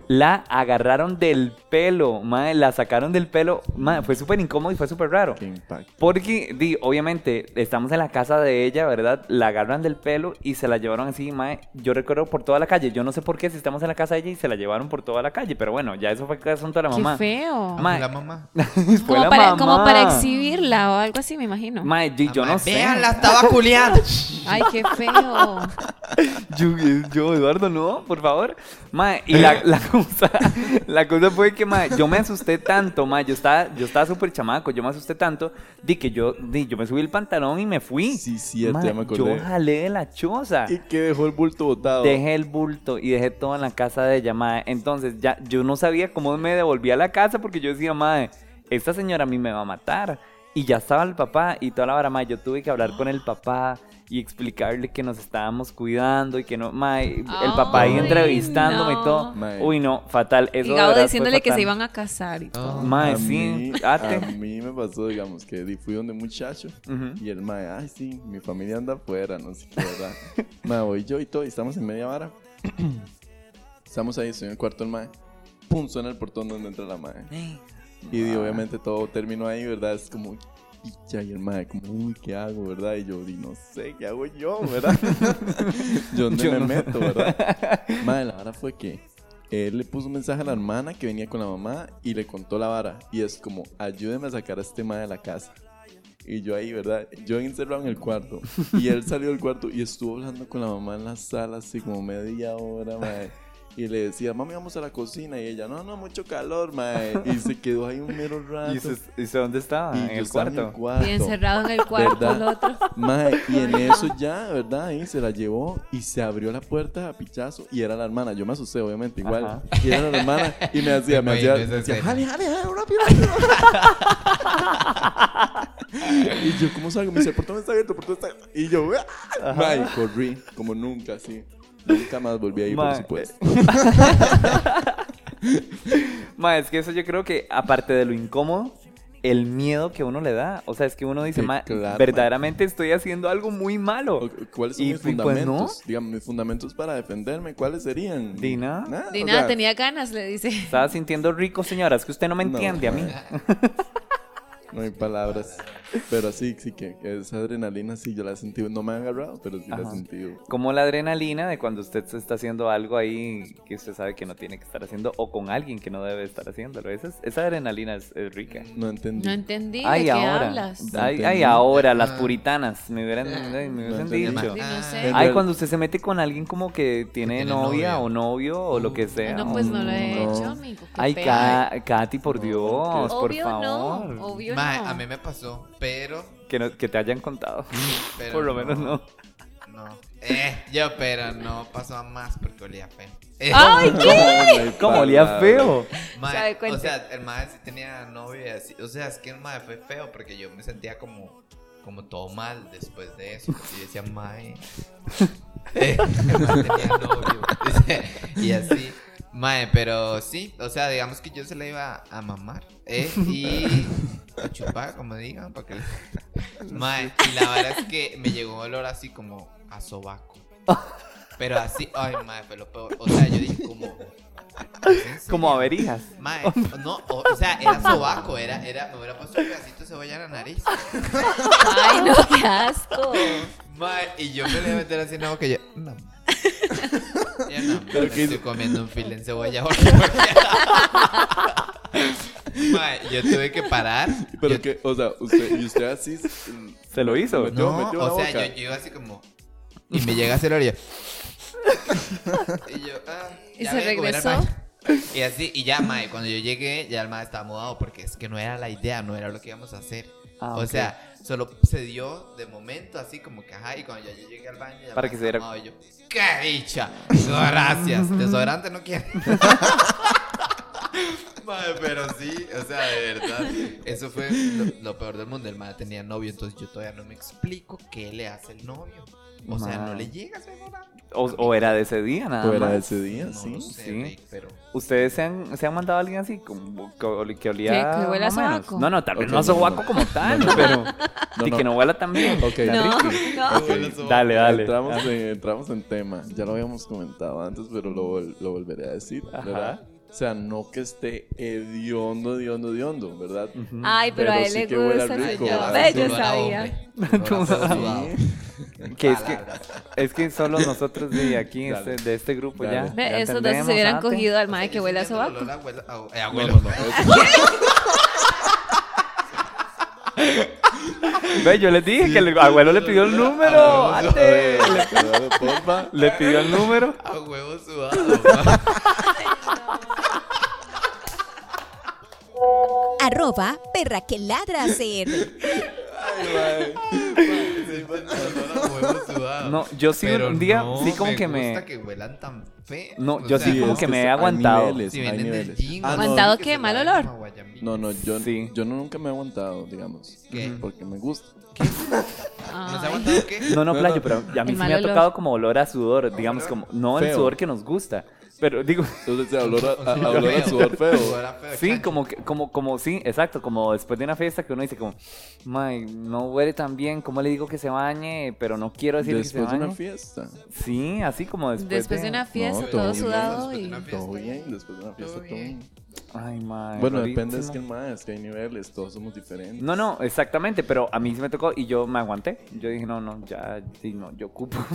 B: la agarraron del pelo, mae, la sacaron del pelo, mae, fue súper incómodo y fue súper raro.
E: Qué impacto.
B: Porque, di, obviamente, estamos en la casa de ella, ¿verdad? La agarran del pelo y se la llevaron así, mae. Yo recuerdo por toda la calle. Yo no sé por qué si estamos en la casa de ella y se la llevaron por toda la calle. Pero bueno, ya eso fue asunto de la mamá.
F: Qué feo.
B: Ma-
G: La mamá.
B: Fue
F: Como
B: la
F: para, como
B: mamá.
F: para exhibirla o algo así, me imagino.
B: Mae, di, yo no sé.
G: Vean, la estaba culiando.
F: Ay, qué feo.
B: Yo, eh, yo, Eduardo, no, por favor. Mae, y la,
E: Eh.
B: la cosa, la cosa fue que, mae, yo me asusté tanto, mae. Yo estaba yo estaba súper chamaco, yo me asusté tanto. Di que yo, di, yo me subí el pantalón y me fui.
E: Sí, cierto,
B: Mae,
E: ya me acordé.
B: Yo jalé de la choza.
E: Y que dejó el bulto botado.
B: Ah. Dejé el bulto y dejé todo en la casa de ella, mae. Entonces, ya, yo no sabía cómo me devolvía a la casa porque yo decía, madre, esta señora a mí me va a matar. Y ya estaba el papá y toda la vara, mae. Yo tuve que hablar con el papá y explicarle que nos estábamos cuidando y que no, mae. El papá ahí
F: Ay,
B: entrevistándome
F: no.
B: y todo.
E: Mae.
B: Uy, no, fatal. Eso
F: Y
B: de
F: Gabo
B: verdad fue
F: diciéndole que
B: fatal.
F: se iban a casar y todo.
G: Oh.
B: Mae,
E: a
B: sí,
E: mí,
B: ate.
E: a mí me pasó, digamos, que di- fui donde un muchacho
B: Ujú.
E: y el mae, ay, sí, mi familia anda afuera, no sé qué, ¿verdad? mae, voy yo y todo, y estamos en media vara. estamos ahí, estoy en el cuarto del mae. Pum, suena el portón donde entra la mae. Y di, obviamente todo terminó ahí, ¿verdad? Es como, picha, y el mae, como, uy, ¿qué hago, verdad? Y yo di, no sé, ¿qué hago yo, verdad? yo dónde
B: Yo
E: me
B: no.
E: meto, ¿verdad? Madre, la vara fue que él le puso un mensaje a la hermana que venía con la mamá y le contó la vara. Y es como, ayúdeme a sacar a este madre de la casa. Y yo ahí, ¿verdad? Yo encerrado en el cuarto. Y él salió del cuarto y estuvo hablando con la mamá en la sala, así como media hora, madre. Y le decía, mami, vamos a la cocina. Y ella, no, no, mucho calor, madre. Y se quedó ahí un mero rato.
B: ¿Y, eso- y eso dónde estaba?
E: Y
B: en
E: yo
B: el
E: estaba en el
B: cuarto.
E: cuarto.
F: Y encerrado en el cuarto el
E: ¿Verdad?
F: otro.
E: Mae, y en eso ya, ¿verdad? Ahí se la llevó y se abrió la puerta a pichazo y era la hermana. Yo me asusté, obviamente, igual.
B: Ajá.
E: Y era la hermana y me hacía, me hacía,
G: Bueno, esa
E: decía,
G: escena.
E: jale, jale, jale, rápido, rápido. y yo, ¿cómo salgo? Me dice, el portón está abierto, el portón está abierto. Y yo, ¡ah! Mae, corrí como nunca, así. Nunca más volví a ir, por
B: Mae. eh,
E: supuesto.
B: Ma, es que eso yo creo que, aparte de lo incómodo, el miedo que uno le da. O sea, es que uno dice,
E: Sí,
B: ma,
E: claro,
B: verdaderamente estoy haciendo algo muy malo.
E: O- ¿Cuáles son
B: oh, Y
E: mis
B: fui, pues,
E: fundamentos? Digamos, mis fundamentos para defenderme, ¿cuáles serían?
B: Di nada.
E: Nada,
F: Ni
E: o
F: nada,
E: sea,
F: tenía ganas, le dice.
B: Estaba sintiendo rico, señora. Es que usted no me
E: No,
B: entiende a mí.
E: mae. No hay palabras. Pero sí, sí que esa adrenalina sí yo la he sentido. No me ha agarrado, pero sí la
B: Ajá.
E: he sentido.
B: Como la adrenalina de cuando usted se está haciendo algo ahí que usted sabe que no tiene que estar haciendo o con alguien que no debe estar haciéndolo. Esa, es- esa adrenalina es, es rica.
E: No entendí.
F: No entendí de
B: Ay,
F: qué
B: ahora.
F: hablas. Ah.
B: Ay,
E: No
B: ay,
E: entendí.
B: ahora, las
G: Ah.
B: puritanas. Me hubieran, ay, me hubiesen
E: entendí.
B: dicho.
F: Di, no sé.
E: Ah,
B: Ay,
E: Pero-
B: cuando usted se mete con alguien como que tiene,
G: tiene
B: novia,
G: novia.
B: o novio o lo que sea.
F: No, pues no lo he
E: No.
F: hecho, amigo. qué
B: Ay,
F: pena.
B: Ka- Katy, por Dios, por
F: Obvio
B: favor.
F: no, obvio
G: Mae,
F: no.
G: a mí me pasó, pero.
B: Que, no- que te hayan contado.
G: pero
B: por lo menos no.
G: No. Eh, yo, pero no pasó a más porque olía feo. Eh,
F: ¡Ay,
E: ¿Qué?
B: ¿Cómo olía feo?
G: mae,
F: sabe,
G: o
F: cuente.
G: sea, el mae sí tenía novia. sí, o sea, es que el mae fue feo porque yo me sentía como, como todo mal después de eso. Y decía, mae. eh, el mae tenía novio. dice, y así. Mae, pero sí, o sea, digamos que yo se la iba a mamar. Eh, y. a chupar, como digan, para que. Mae, y la verdad es que me llegó un olor así como a sobaco. Pero así, ay, mae, fue lo peor. O sea, yo dije como. ¿es en
B: Como
G: serio?
B: averías.
G: Mae, no, o, o sea, era sobaco, era, era, me hubiera puesto un pedacito de cebolla en la nariz.
F: Ay, no, qué asco.
G: Mae, y yo me le iba a meter así en la boca y yo, no. Ya no,
E: Pero
G: me
E: que-
G: estoy comiendo un fil en cebolla porque porque- Mae, yo tuve que parar.
E: Pero
G: yo-
E: que, o sea, usted, y usted así.
B: Se lo hizo.
E: metió-
G: No,
E: metió la
G: o sea,
E: boca.
G: yo, yo iba así como. Y me llega a hacer orilla. y yo, ah,
F: ¿Y
G: ya
F: se
G: vengo, era el
F: regresó?
G: mae. Y así, y ya, mae, cuando yo llegué, ya el mae estaba mudado porque es que no era la idea, no era lo que íbamos a hacer.
B: Ah,
G: o
B: ok.
G: sea, solo se dio de momento, así como que ajá, y cuando yo, yo llegué al baño, ya el
B: Para
G: mae
B: que se diera-
G: estaba mudado, y yo, ¡qué dicha! Gracias, desodorante no quiero. Mae, pero sí, o sea, de verdad, eso fue lo, lo peor del mundo. El madre tenía novio, entonces yo todavía no me explico qué le hace el novio. O sea, no
B: Mae.
G: le llega a ser orante.
B: O, o era de ese día, nada
E: Fuera
B: más.
E: de ese día,
G: No
E: sí.
G: lo sé,
B: Ah, Eh, sí.
G: Rick, pero.
B: ¿Ustedes se han, se han mandado a alguien así? Como, que, ol- que olía.
F: Que- que huela a
B: más o menos?
F: sobaco.
B: No, no, tal vez
E: Ok,
B: no a
E: no, no,
B: sobaco
E: no.
B: como tal, pero.
E: No,
B: y
E: no.
B: que no huela tan bien.
E: Ok.
B: Tan
F: No,
B: rico.
F: no.
E: Ok.
B: Dale, dale.
E: Entramos en, entramos en tema. Ya lo habíamos comentado antes, pero lo, vol- lo volveré a decir.
B: Ajá.
E: ¿verdad? O sea, no que esté hediondo, hediondo, hediondo, ¿verdad?
F: Ay, pero, a
E: Pero
F: él
E: sí
F: le
E: que huele
F: gusta.
E: rico,
F: señor.
E: ¿verdad?
F: Ve,
E: Sí,
F: yo
E: no
F: sabía.
B: Que es que, es que solo nosotros de aquí,
E: Dale.
B: este- de este grupo
E: Dale.
B: ya.
F: Ve,
B: ya
F: esos dos se
B: entendemos,
F: hubieran
B: ah,
F: cogido al mae que huele a sobaco.
G: Abuelo. eh,
E: No, no,
G: abuelo.
E: no, es-
B: ok. Ve, yo les dije que el abuelo le pidió el número.
G: Ah,
B: ate.
E: Eduardo Pompa,
B: Le pidió el número.
G: A huevo sudado. ma.
C: Arroba perra que ladra CR.
G: Sí, bueno, no, no, a huevo sudado.
B: No, yo sí
G: Pero
B: un día,
G: no
B: sí como que me-
G: gusta que huelan tan feo.
B: No, yo sí como
E: es
B: que me he
E: hay
B: aguantado.
E: niveles,
G: Si
E: hay
G: vienen del
E: niveles.
G: gym.
E: Ah, no,
F: ¿Aguantado
G: no,
F: qué?
G: que se
F: ¿Mal
G: vayan
F: olor?
G: a Guayamil.
E: No, no, yo,
B: Sí.
E: yo no, nunca me he aguantado, digamos.
G: ¿Qué?
E: Porque me gusta.
G: ¿No se ha
F: Ay.
G: aguantado qué?
B: No, no, playo, pero a mí sí
F: El
B: me
F: mal
B: ha
F: olor.
B: tocado como olor a sudor, digamos, como, no el
E: Feo.
B: sudor que nos gusta, pero digo,
E: Entonces se habló a, a, habló de sudor feo.
G: Olor a feo,
B: sí,
G: chancho.
B: como, que- como, como, sí, exacto, como después de una fiesta que uno dice como, May, no huele tan bien, ¿cómo le digo que se bañe? Pero no quiero decir que se
E: Después de
B: bañe.
E: una fiesta.
B: sí, así como después,
F: Después de una fiesta,
E: No, todo
F: todo
E: bien,
F: sudado
G: después de
F: y...
G: una fiesta.
E: Todo bien, después de una fiesta, todo
G: bien.
E: bien.
B: Ay, mae,
E: Bueno, depende, es que
B: rarísimo.
E: más, es que hay niveles, todos somos diferentes.
B: No, no, exactamente, pero a mí sí me tocó y yo me aguanté. Yo dije, no, no, ya, sí, no, yo ocupo.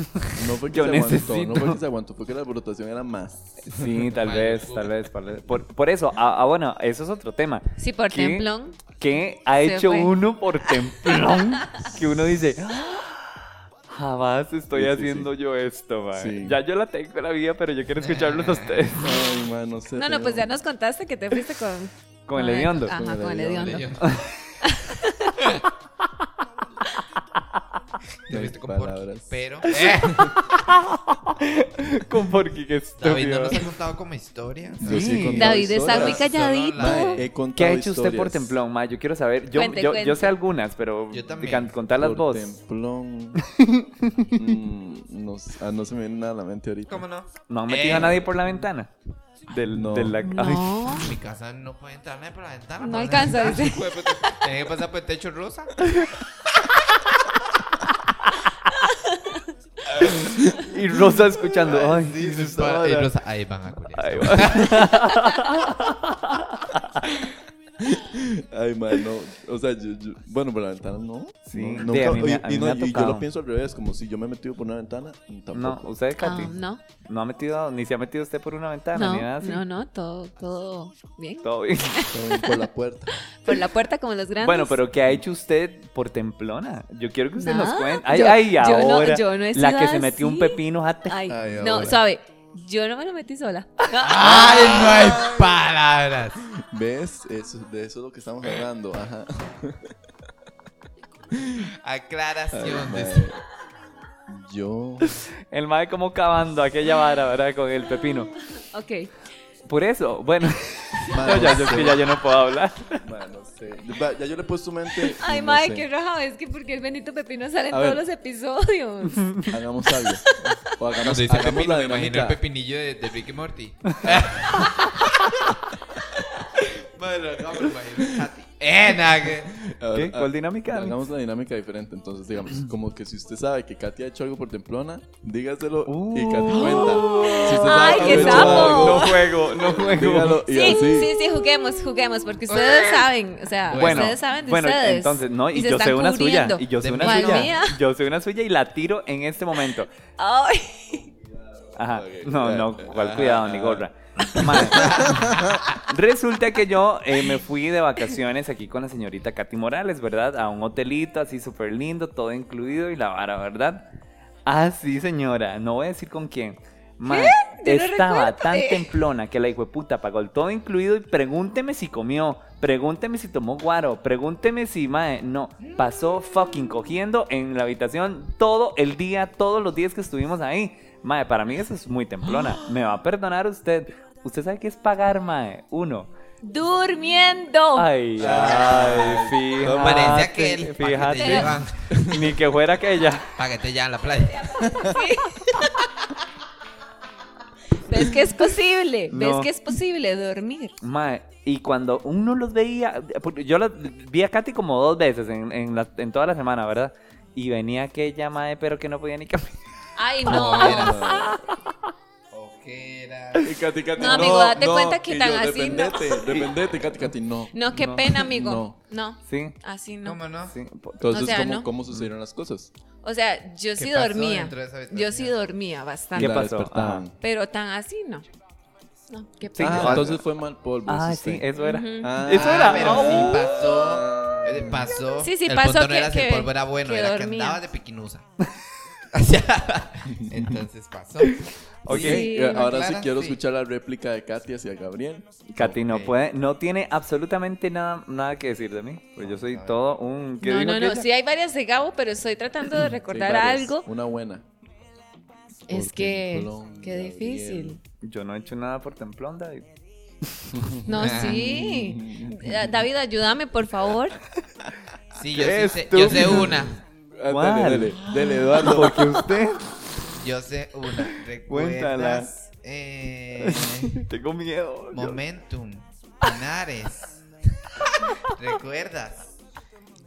E: No fue que
B: Yo
E: se
B: necesito.
E: aguantó, no fue que se aguantó, fue que la brotación era más.
B: Sí, tal
G: Mae,
B: vez,
G: ocupo.
B: tal vez, tal vez. Por, por eso, ah, ah, bueno, eso es otro tema.
F: Sí, por
B: ¿Qué?
F: templón.
B: ¿Qué ha
F: Se
B: hecho
F: fue.
B: uno por templón? que uno dice, "Ah, jamás estoy
E: Sí, sí,
B: haciendo yo esto, mae.
E: Sí.
B: Ya yo la tengo la vida, pero yo quiero escucharlos a ustedes.
E: Ay, man, no sé.
F: No, no,
E: tengo-
F: pues ya nos contaste que te fuiste con...
B: Con el hediondo.
F: Ajá, con el hediondo.
G: Te
E: No hay
G: viste con Porky,
E: palabras.
G: pero. eh,
B: Con porque que
G: David no
B: estúpido.
G: nos ha contado como historia.
E: Yo sí he
B: Sí.
E: contado
F: David está muy
E: historias.
F: calladito.
E: Mae, he contado
B: ¿Qué ha hecho usted
E: historias.
B: por templón, mae? Yo quiero saber. Yo,
F: Cuente,
B: yo,
F: cuente.
B: yo sé algunas, pero
G: Yo también.
B: can- contarlas
E: Por
B: vos.
E: templón. Mm, no, s- ah, no se me viene nada a la mente ahorita.
G: ¿Cómo no?
B: ¿No han metido
G: Eh.
B: a nadie por la ventana? Del,
E: No.
B: de la... Ay,
F: No,
G: Mi casa no puede entrar nadie por la ventana.
F: No
G: por la
F: alcanza,
G: ventana.
F: dice.
G: Hijo de puta, Tenía que pasar por el techo rosa.
B: y Rosa escuchando. Ay,
G: Sí,
B: Dios,
G: sí, para- y
B: ahora.
G: rosa. Ahí van a culiar.
B: Ay, va.
E: Ay, man, no. O sea, yo, yo- bueno, por la ventana no.
B: Sí,
E: No,
B: de-
E: nunca-
B: a mí me- a
E: y-
B: mí
E: y no,
B: me ha
E: y yo
B: tocado.
E: lo pienso al revés, como si yo me he metido por una ventana, mm, tampoco.
B: No, usted, Katy.
F: Ah, no,
B: No ha metido, ni se ha metido usted por una ventana, ni nada
F: no,
B: así.
F: no, no, todo, todo bien.
B: Todo bien.
E: Todo bien por la puerta.
F: Por la puerta como los grandes.
B: Bueno, pero ¿qué ha hecho usted por templona? Yo quiero que usted nos
F: Nada,
B: cuente. Ay,
F: yo-
B: ay,
F: yo no-
B: ahora.
F: yo no he
B: la
F: sido
B: que se metió un
F: así.
B: pepino, jate.
F: Ay,
E: Ay,
F: no,
E: ahora.
F: suave. Yo no me lo metí sola.
G: Ay, no hay palabras.
E: ¿Ves? Eso, de eso es lo que estamos hablando. Ajá. Ay,
G: Aclaración.
E: mae.
G: dice.
E: Yo.
B: El mae como cavando aquella vara, ¿verdad? Con el pepino.
F: ok.
B: Por eso, bueno.
E: Mae,
B: No, ya,
E: no
B: yo, es que
E: sé,
B: ya yo no puedo hablar.
E: mae, no sé. Va, Ya yo le he puesto mente.
F: Ay,
E: no
F: madre,
E: sé.
F: qué rajado. Es que porque el Benito Pepino sale en
E: A
F: todos
E: ver.
F: los episodios.
E: Hagamos algo. O
G: Cuando
E: hagamos,
G: dice
E: hagamos
G: pepino,
E: la
G: me imagino el
E: dinámica.
G: pepinillo de, de Ricky Morty. Bueno, no me lo imagino. Katy. Eh, nada que.
E: A ver,
B: ¿Qué?
E: a-
B: ¿Cuál dinámica?
E: Hagamos la dinámica diferente. Entonces, digamos, como que si usted sabe que Katy ha hecho algo por templona, dígaselo y Katy cuenta. Si usted sabe
F: ¡Oh! Ay,
E: que
F: qué
E: yo he hecho
F: sapo.
E: algo,
B: No juego, no juego.
E: dígalo y
F: Sí,
E: así.
F: sí, sí, juguemos, juguemos, porque ustedes saben, o sea,
B: Bueno,
F: Pues ustedes saben de
B: bueno,
F: ustedes.
B: entonces, no, y,
F: se
B: yo
F: están
B: sé una suya,
F: cubriendo.
B: y yo sé
G: De
B: una
F: mí.
B: suya,
F: ¿Cuál mía?
B: yo sé una suya y la tiro en este momento.
F: Ay,
B: Ajá.
E: Ok,
B: No, no,
E: bueno.
B: cuál cuidado, ni gorra. Mae. Resulta que yo eh, me fui de vacaciones aquí con la señorita Katy Morales, ¿verdad? A un hotelito así súper lindo, todo incluido y la vara, ¿verdad? Ah, sí, señora. No voy a decir con quién. Mae,
F: Yo no
B: estaba
F: recuerdo.
B: tan templona que la hijueputa pagó el todo incluido y pregúnteme si comió, pregúnteme si tomó guaro, pregúnteme si, mae, no, pasó fucking cogiendo en la habitación todo el día, todos los días que estuvimos ahí. Mae, para mí eso es muy templona. Me va a perdonar usted. Usted sabe qué es pagar, mae. Uno.
F: durmiendo.
B: Ay, ay, fíjate.
G: Ah. Parece aquel. Pa' que te
B: Ah, Fíjate.
G: llevan.
B: Ni que fuera aquella.
G: Pa' que te llevan a la playa.
F: ¿Ves que es posible?
B: No.
F: ¿Ves que es posible dormir?
B: Mae, y cuando uno los veía, porque yo los vi a Katy como dos veces en, en, la- en toda la semana, ¿verdad? Y venía aquella mae, pero que no podía ni caminar.
F: Ay,
G: No,
F: no.
G: vieras. Ok. ojeras.
E: Y Katy, Katy,
F: No, amigo, date cuenta que
E: Y
F: tan
E: yo,
F: así no.
E: Dependete, dependete, Y Katy, Katy, no.
F: No, qué
B: No.
F: pena, amigo. No.
B: Sí,
F: así no.
G: ¿Cómo no?
B: sí. po-
E: Entonces,
F: O sea,
E: ¿cómo,
F: no.
E: ¿cómo sucedieron las cosas?
F: O sea, yo sí
G: pasó
F: dormía.
G: dentro de esa habitación?
F: Yo sí dormía
E: Y
F: bastante.
B: ¿Qué
E: la
B: pasó?
E: despertaban.
F: Pero tan así no. No, qué
B: Sí,
E: ah,
B: no.
F: pena.
E: entonces fue mal polvo.
B: Ah,
E: es
B: sí,
E: usted.
B: eso era.
F: Ujú.
E: Ah,
B: Eso
G: Ah,
B: era.
G: Pero sí
B: Oh.
G: pasó. eh, Pasó.
F: Sí, sí,
G: el
F: pasó
G: punto no
F: que-
G: era si el
F: que-
G: polvo era bueno,
F: que
G: era que
F: dormía.
G: andaba de piquinusa. O sea, Entonces pasó.
E: Ok,
F: Sí,
E: eh, ahora sí
G: Clara,
E: quiero
G: sí.
E: escuchar la réplica de Katy hacia Gabriel.
B: Katy no
G: Ok.
B: puede, no tiene absolutamente nada, nada que decir de mí. Pues yo soy
G: No,
B: todo un. ¿qué
F: No,
B: dijo
F: no, no.
B: aquella?
F: Sí hay varias de Gabo, pero estoy tratando de recordar
E: Sí, varias.
F: algo.
E: Una buena.
F: Es
E: Porque
F: que
E: Colón,
F: qué
E: Gabriel.
F: difícil.
B: Yo no he hecho nada por templón, David.
F: No, sí. Da- David, ayúdame, por favor.
G: Sí, yo
B: Qué
G: sí sé, yo sé
B: estúpido.
G: una.
E: Ah,
B: ¿Cuál?
E: Dele, dele, dele, Eduardo.
B: Porque usted.
G: Yo sé una.
B: Cuéntala.
G: ¿Recuerdas? Eh,
B: Tengo miedo. Yo-
G: momentum. Pinares. ¿Recuerdas?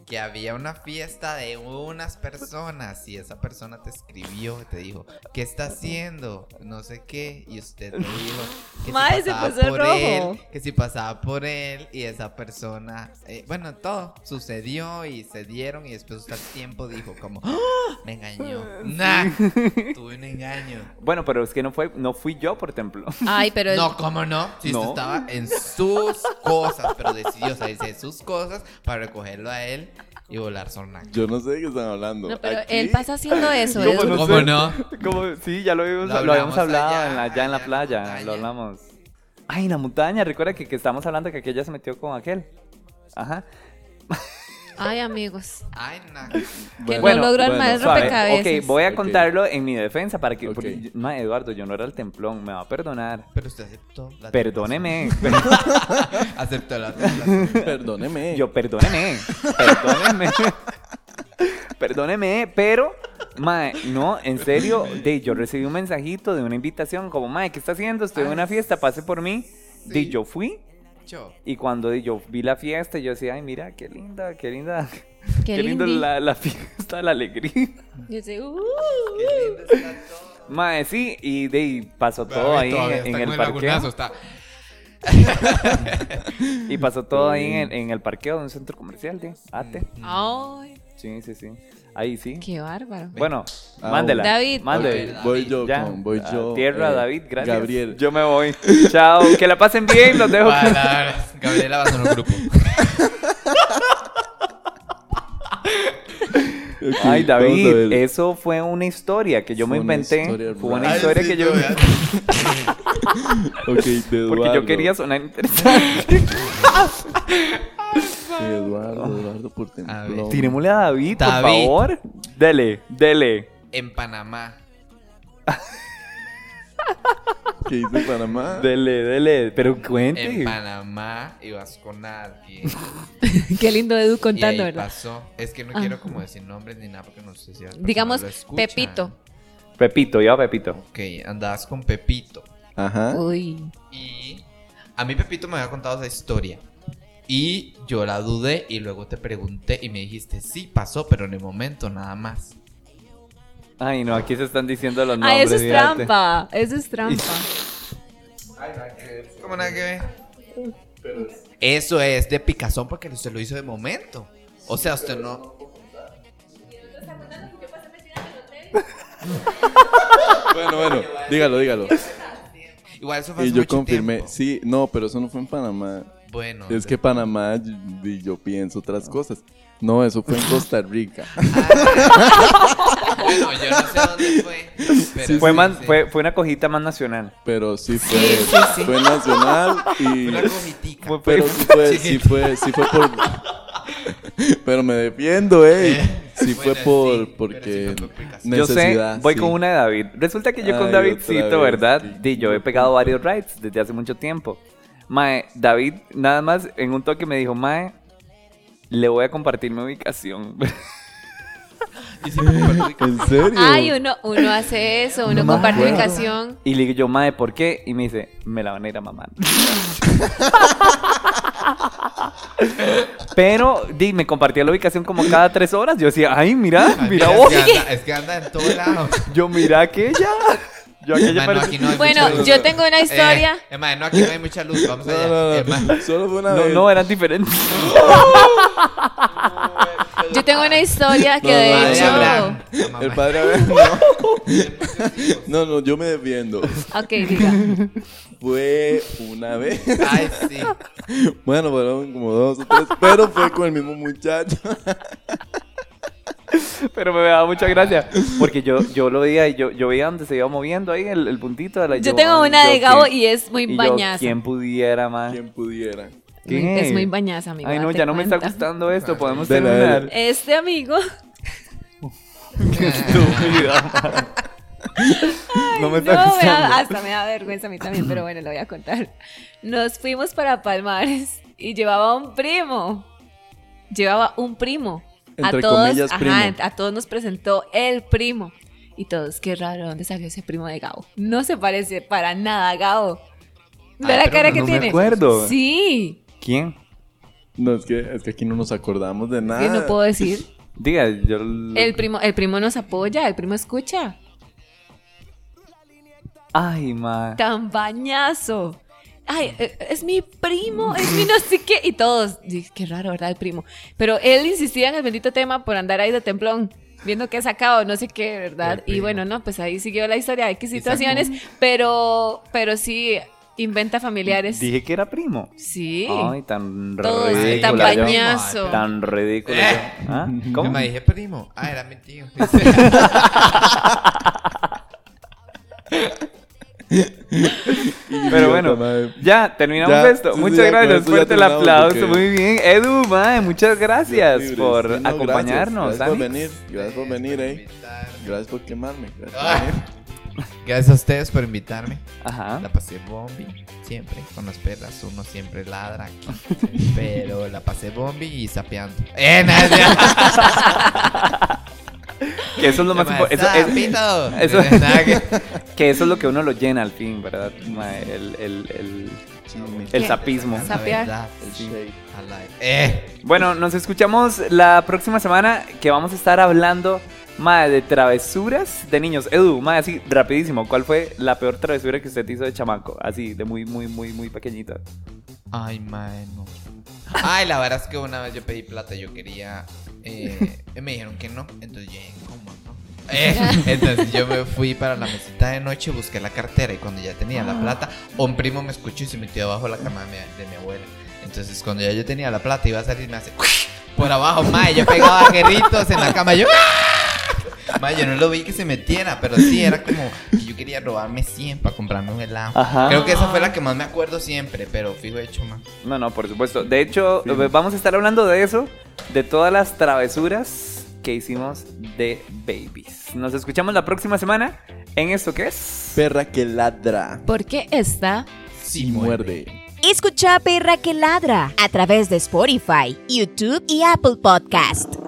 G: Que había una fiesta de unas personas y esa persona te escribió y te dijo, ¿qué está haciendo? No sé qué. Y usted le dijo que
F: Mae, se
G: si pasaba
F: puso
G: por
F: rojo.
G: él, que si pasaba por él y esa persona, eh, bueno, todo sucedió y se dieron y después usted al tiempo dijo como, "¡Ah! me engañó. Nah, tuve un engaño.
B: Bueno, pero es que no fue, no fui yo por templón.
F: Ay, pero
G: No, ¿cómo no? Si
B: No.
G: usted estaba en sus cosas, pero decidió salirse de sus cosas para recogerlo a él y volar sonaca.
E: Yo no sé de qué están hablando.
F: No, pero
E: Aquí-
F: él pasa haciendo eso.
B: ¿Cómo
F: Edu.
B: no
G: ¿Cómo
B: sé?
G: no?
B: Como, sí, ya lo, habíamos-
G: Lo
B: lo habíamos
G: hablamos
B: hablado
G: allá,
B: en la- allá en la
G: allá en la
B: playa.
G: montaña.
B: lo hablamos. Ay, en la montaña. Recuerda que, que estábamos hablando que aquella se metió con aquel. Ajá.
F: Ay, amigos.
G: Ay, nah.
F: Que
E: Bueno,
F: no logró el
E: bueno,
F: maestro
B: suave.
F: rompecabezas.
B: Ok, voy a
E: Ok.
B: contarlo en mi defensa para que.
E: Ok.
B: porque yo- ma, Eduardo, yo no era el templón, me va a perdonar.
G: Pero usted aceptó la
B: Perdóneme,
G: tentación. Aceptó la tentación.
E: Perdóneme.
B: yo perdóneme, perdóneme, perdóneme, pero, mae, no, en serio, de, yo recibí un mensajito de una invitación como, mae, ¿qué está haciendo? Estoy en una fiesta, pase por mí. De,
G: Sí.
B: yo fui
G: Yo.
B: y cuando de, yo vi la fiesta, yo decía, ay, mira, qué linda, qué linda,
F: Qué,
B: linda
F: lindo.
B: la, la fiesta, la alegría.
F: Yo sé, uh,
G: Qué lindo está todo.
B: Mae, sí, y de, y pasó todo ahí
G: Todavía
B: en,
G: está con
B: el parqueo.
G: lagunazo, está.
B: Y pasó todo ahí en el, en el parqueo de un centro comercial,
G: Mm.
B: de Ate.
F: Ay,
B: Sí, sí, sí. Ahí sí.
F: qué bárbaro.
B: Bueno,
E: Ah,
B: mándela.
F: David.
B: mándela.
G: Ok.
E: Voy yo,
B: Ya.
E: con, voy
B: A
E: yo.
B: Ah, tierra,
E: eh,
B: David, gracias.
E: Gabriel.
B: Yo me voy. Chao. Que la pasen bien, los dejo.
G: Palabras. Gabriela va a un grupo.
E: Ok,
B: Ay,
E: vamos a ver.
B: David, eso fue una historia que yo
E: Fue
B: me
E: una
B: inventé.
E: historia
B: fue una
E: real.
B: historia que yo.
E: Ok, de Eduardo.
B: Porque yo quería sonar interesante.
E: Eduardo, Eduardo por
G: A
E: templón.
G: ver.
B: Tirémosle a David, por
G: David.
B: favor. Dele, dele.
G: En Panamá.
E: ¿Qué dice Panamá?
B: Dele, dele. Pero
G: En
B: cuente.
G: Panamá ibas con alguien.
F: Qué lindo Edu
G: Y ahí
F: contando, ¿verdad?
G: pasó. Es que no
F: Ah.
G: quiero como decir nombres ni nada porque no sé si las personas
F: Digamos,
G: lo escuchan.
F: Pepito.
B: Pepito, yo a Pepito.
G: Ok, andabas con Pepito.
E: Ajá.
F: Uy.
G: Y a mí Pepito me había contado esa historia. Y yo la dudé y luego te pregunté y me dijiste, sí, pasó, pero en el momento nada más.
B: Ay, no, aquí se están diciendo los nombres.
F: Ay, eso es
B: fíjate.
F: trampa. Eso es trampa.
G: ¿Cómo nada que ver? Eso es de picazón porque usted lo hizo de momento. O sea, usted no...
E: Bueno, bueno, dígalo, dígalo.
G: Igual eso fue
E: Y
G: hace
E: yo
G: mucho
E: confirmé.
G: tiempo.
E: Sí, no, pero eso no fue en Panamá.
G: Bueno.
E: Es que Panamá, y- y yo pienso otras cosas. No, eso fue en Costa Rica.
G: Ah, bueno, yo no sé dónde fue. pero
E: Sí,
B: Fue,
G: sí,
B: man-
G: sí.
B: fue, fue una cojita más nacional.
E: Pero sí fue,
F: Sí, sí, sí.
E: fue nacional y...
G: Una cojitica.
B: Fue-
E: Pero sí fue, sí
G: Chiquito.
E: fue, sí fue por... Pero me defiendo, eh.
G: Eh,
E: Sí fue
G: bueno,
E: por...
G: sí,
E: porque...
G: pero sí fue por picazón.
B: Yo sé,
E: necesidad,
B: voy
E: sí.
B: con una de David. Resulta que yo con
E: Ay,
B: Davidcito,
E: otra vez,
B: ¿verdad?
E: sí.
B: Di, yo he pegado varios rides desde hace mucho tiempo. Mae, David nada más en un toque me dijo, Mae, le voy a compartir mi ubicación.
G: Y sí fue por picazón.
E: ¿En serio?
F: Ay, uno, uno hace eso. Uno
E: No me
F: comparte
E: acuerdo.
F: ubicación.
B: y le digo yo, Mae, ¿por qué? Y me dice, me la van a ir a mamar. Pero, di, me compartía la ubicación como cada tres horas. Yo decía, ay, mira,
G: Ay,
B: mira
G: mira,
B: vos.
G: es que anda- Es que anda en todo lado.
B: Yo, mira aquella. Yo aquella
G: Mae, no,
B: parecía-
G: aquí no hay
F: Bueno,
G: mucha luz.
F: yo tengo una historia.
G: Eh, eh, mae, no, aquí no hay mucha luz. Vamos allá. Eh, mae,
E: Solo fue una
B: No,
E: vez.
B: no, eran diferentes.
F: Yo tengo una historia que
E: No,
F: de
E: no,
G: padre
E: no,
F: hecho.
G: Abraham.
E: El padre Abraham, no. No, no, yo me defiendo.
F: Ok, diga.
E: Fue una vez.
G: Ay, sí.
E: Bueno, fueron como dos o tres, pero fue con el mismo muchacho.
B: Pero me daba mucha gracia. Porque yo, yo lo veía y yo, yo veía donde se iba moviendo ahí el, el puntito de la
F: Yo tengo una de Gabo y es muy
B: yo,
F: bañaza.
B: ¿Quién pudiera más?
E: Quien pudiera.
F: Es muy bañaza, amigo.
B: Ay, no,
F: date
B: ya no me está
F: cuenta.
B: gustando esto. Podemos
E: Dale, dale.
B: terminar.
F: Este amigo,
B: no me
F: no,
B: está
F: me
B: gustando.
F: da- hasta me da vergüenza a mí también, pero bueno, lo voy a contar. Nos fuimos para Palmares y llevaba un primo. Llevaba un primo.
E: Entre
F: a todos,
E: comillas,
F: ajá,
E: primo.
F: a todos nos presentó el primo. Y todos, qué raro, ¿dónde salió ese primo de Gabo? No se parece para nada a Gabo. Ve
B: Ah,
G: Ay,
F: la
G: pero
F: cara
G: no,
F: que
G: no me
F: tiene.
B: acuerdo.
F: Sí,
B: ¿Quién?
E: No, es que, es que aquí no nos acordamos de nada.
F: que
B: Ah.
F: no puedo decir.
B: Diga, yo. lo-
F: El primo, el primo nos apoya, el primo escucha.
B: Ay, ma.
F: Tan bañazo. Ay, eh, es mi primo, es mi no sé qué. Y todos, y qué raro, ¿verdad? El primo. Pero él insistía en el bendito tema por andar ahí de templón, viendo que ha sacado, no sé qué, ¿verdad?
G: El
F: Y
G: primo.
F: bueno, no, pues ahí siguió la historia de X situaciones, pero, pero sí, inventa familiares.
B: Dije que era primo.
F: Sí.
B: Ay, tan
F: Todos,
B: ridícula.
F: tan
B: yo.
F: bañazo.
B: Tan ridícula.
G: Eh.
B: yo. ¿Ah?
G: Yo
B: ¿Cómo?
G: me dije primo. Ah, era mi tío.
B: Pero bueno,
E: madre.
B: ya terminamos
E: Ya,
B: esto.
E: sí, sí,
B: Muchas
E: ya, con
B: gracias.
E: esto ya
B: Fuerte el
E: terminamos
B: aplauso.
E: porque-
B: Muy bien. Edu, mae, muchas gracias
E: Libres.
B: por
E: Sí, no,
B: acompañarnos.
E: Gracias, gracias por
B: Alex.
E: venir. Gracias por venir, eh. Gracias por quemarme. Gracias por
G: Ah.
E: venir.
G: Gracias a ustedes por invitarme.
B: Ajá.
G: La pasé bombi, siempre. Con las perras uno siempre ladra aquí. Pero la pasé bombi y sapeando. ¡Eh, nada!
B: Que eso es lo más importante. Eso, es-
G: ¡Sapito!
B: eso-
G: Nada que-
B: que eso es lo que uno lo llena al fin, ¿verdad? mae? El, el, el, el
F: ¿Qué?
B: sapismo.
G: La
F: Sapear.
G: verdad,
E: El shake.
G: alive. ¡Eh!
B: Bueno, nos escuchamos la próxima semana que vamos a estar hablando mae, de travesuras de niños. Edu, mae, así rapidísimo, ¿cuál fue la peor travesura que usted hizo de chamaco? Así, de muy, muy, muy, muy pequeñita.
G: Ay, mae, no. Ay, la verdad es que una vez yo pedí plata, yo quería. eh, y me dijeron que no, entonces yo dije, ¿cómo no? Eh, entonces yo me fui para la mesita de noche, busqué la cartera y cuando ya tenía la plata, un primo me escuchó y se metió abajo de la cama de mi, de mi abuela. Entonces cuando ya yo tenía la plata iba a salir, me hace por abajo, mae, yo pegaba guerritos en la cama, yo. ¡ah! Mae, yo no lo vi que se metiera, pero sí era como que yo quería robarme 100 para comprarme un helado.
B: Ajá.
G: Creo que esa fue la que más me acuerdo siempre, pero fijo hecho más.
B: No, no, por supuesto. De hecho, eh, vamos a estar hablando de eso, de todas las travesuras que hicimos de babies. Nos escuchamos la próxima semana en esto que es.
E: Perra que ladra.
F: ¿Por qué está?
G: Sí,
E: Y muerde.
C: Escucha a Perra que Ladra a través de Spotify, YouTube y Apple Podcast.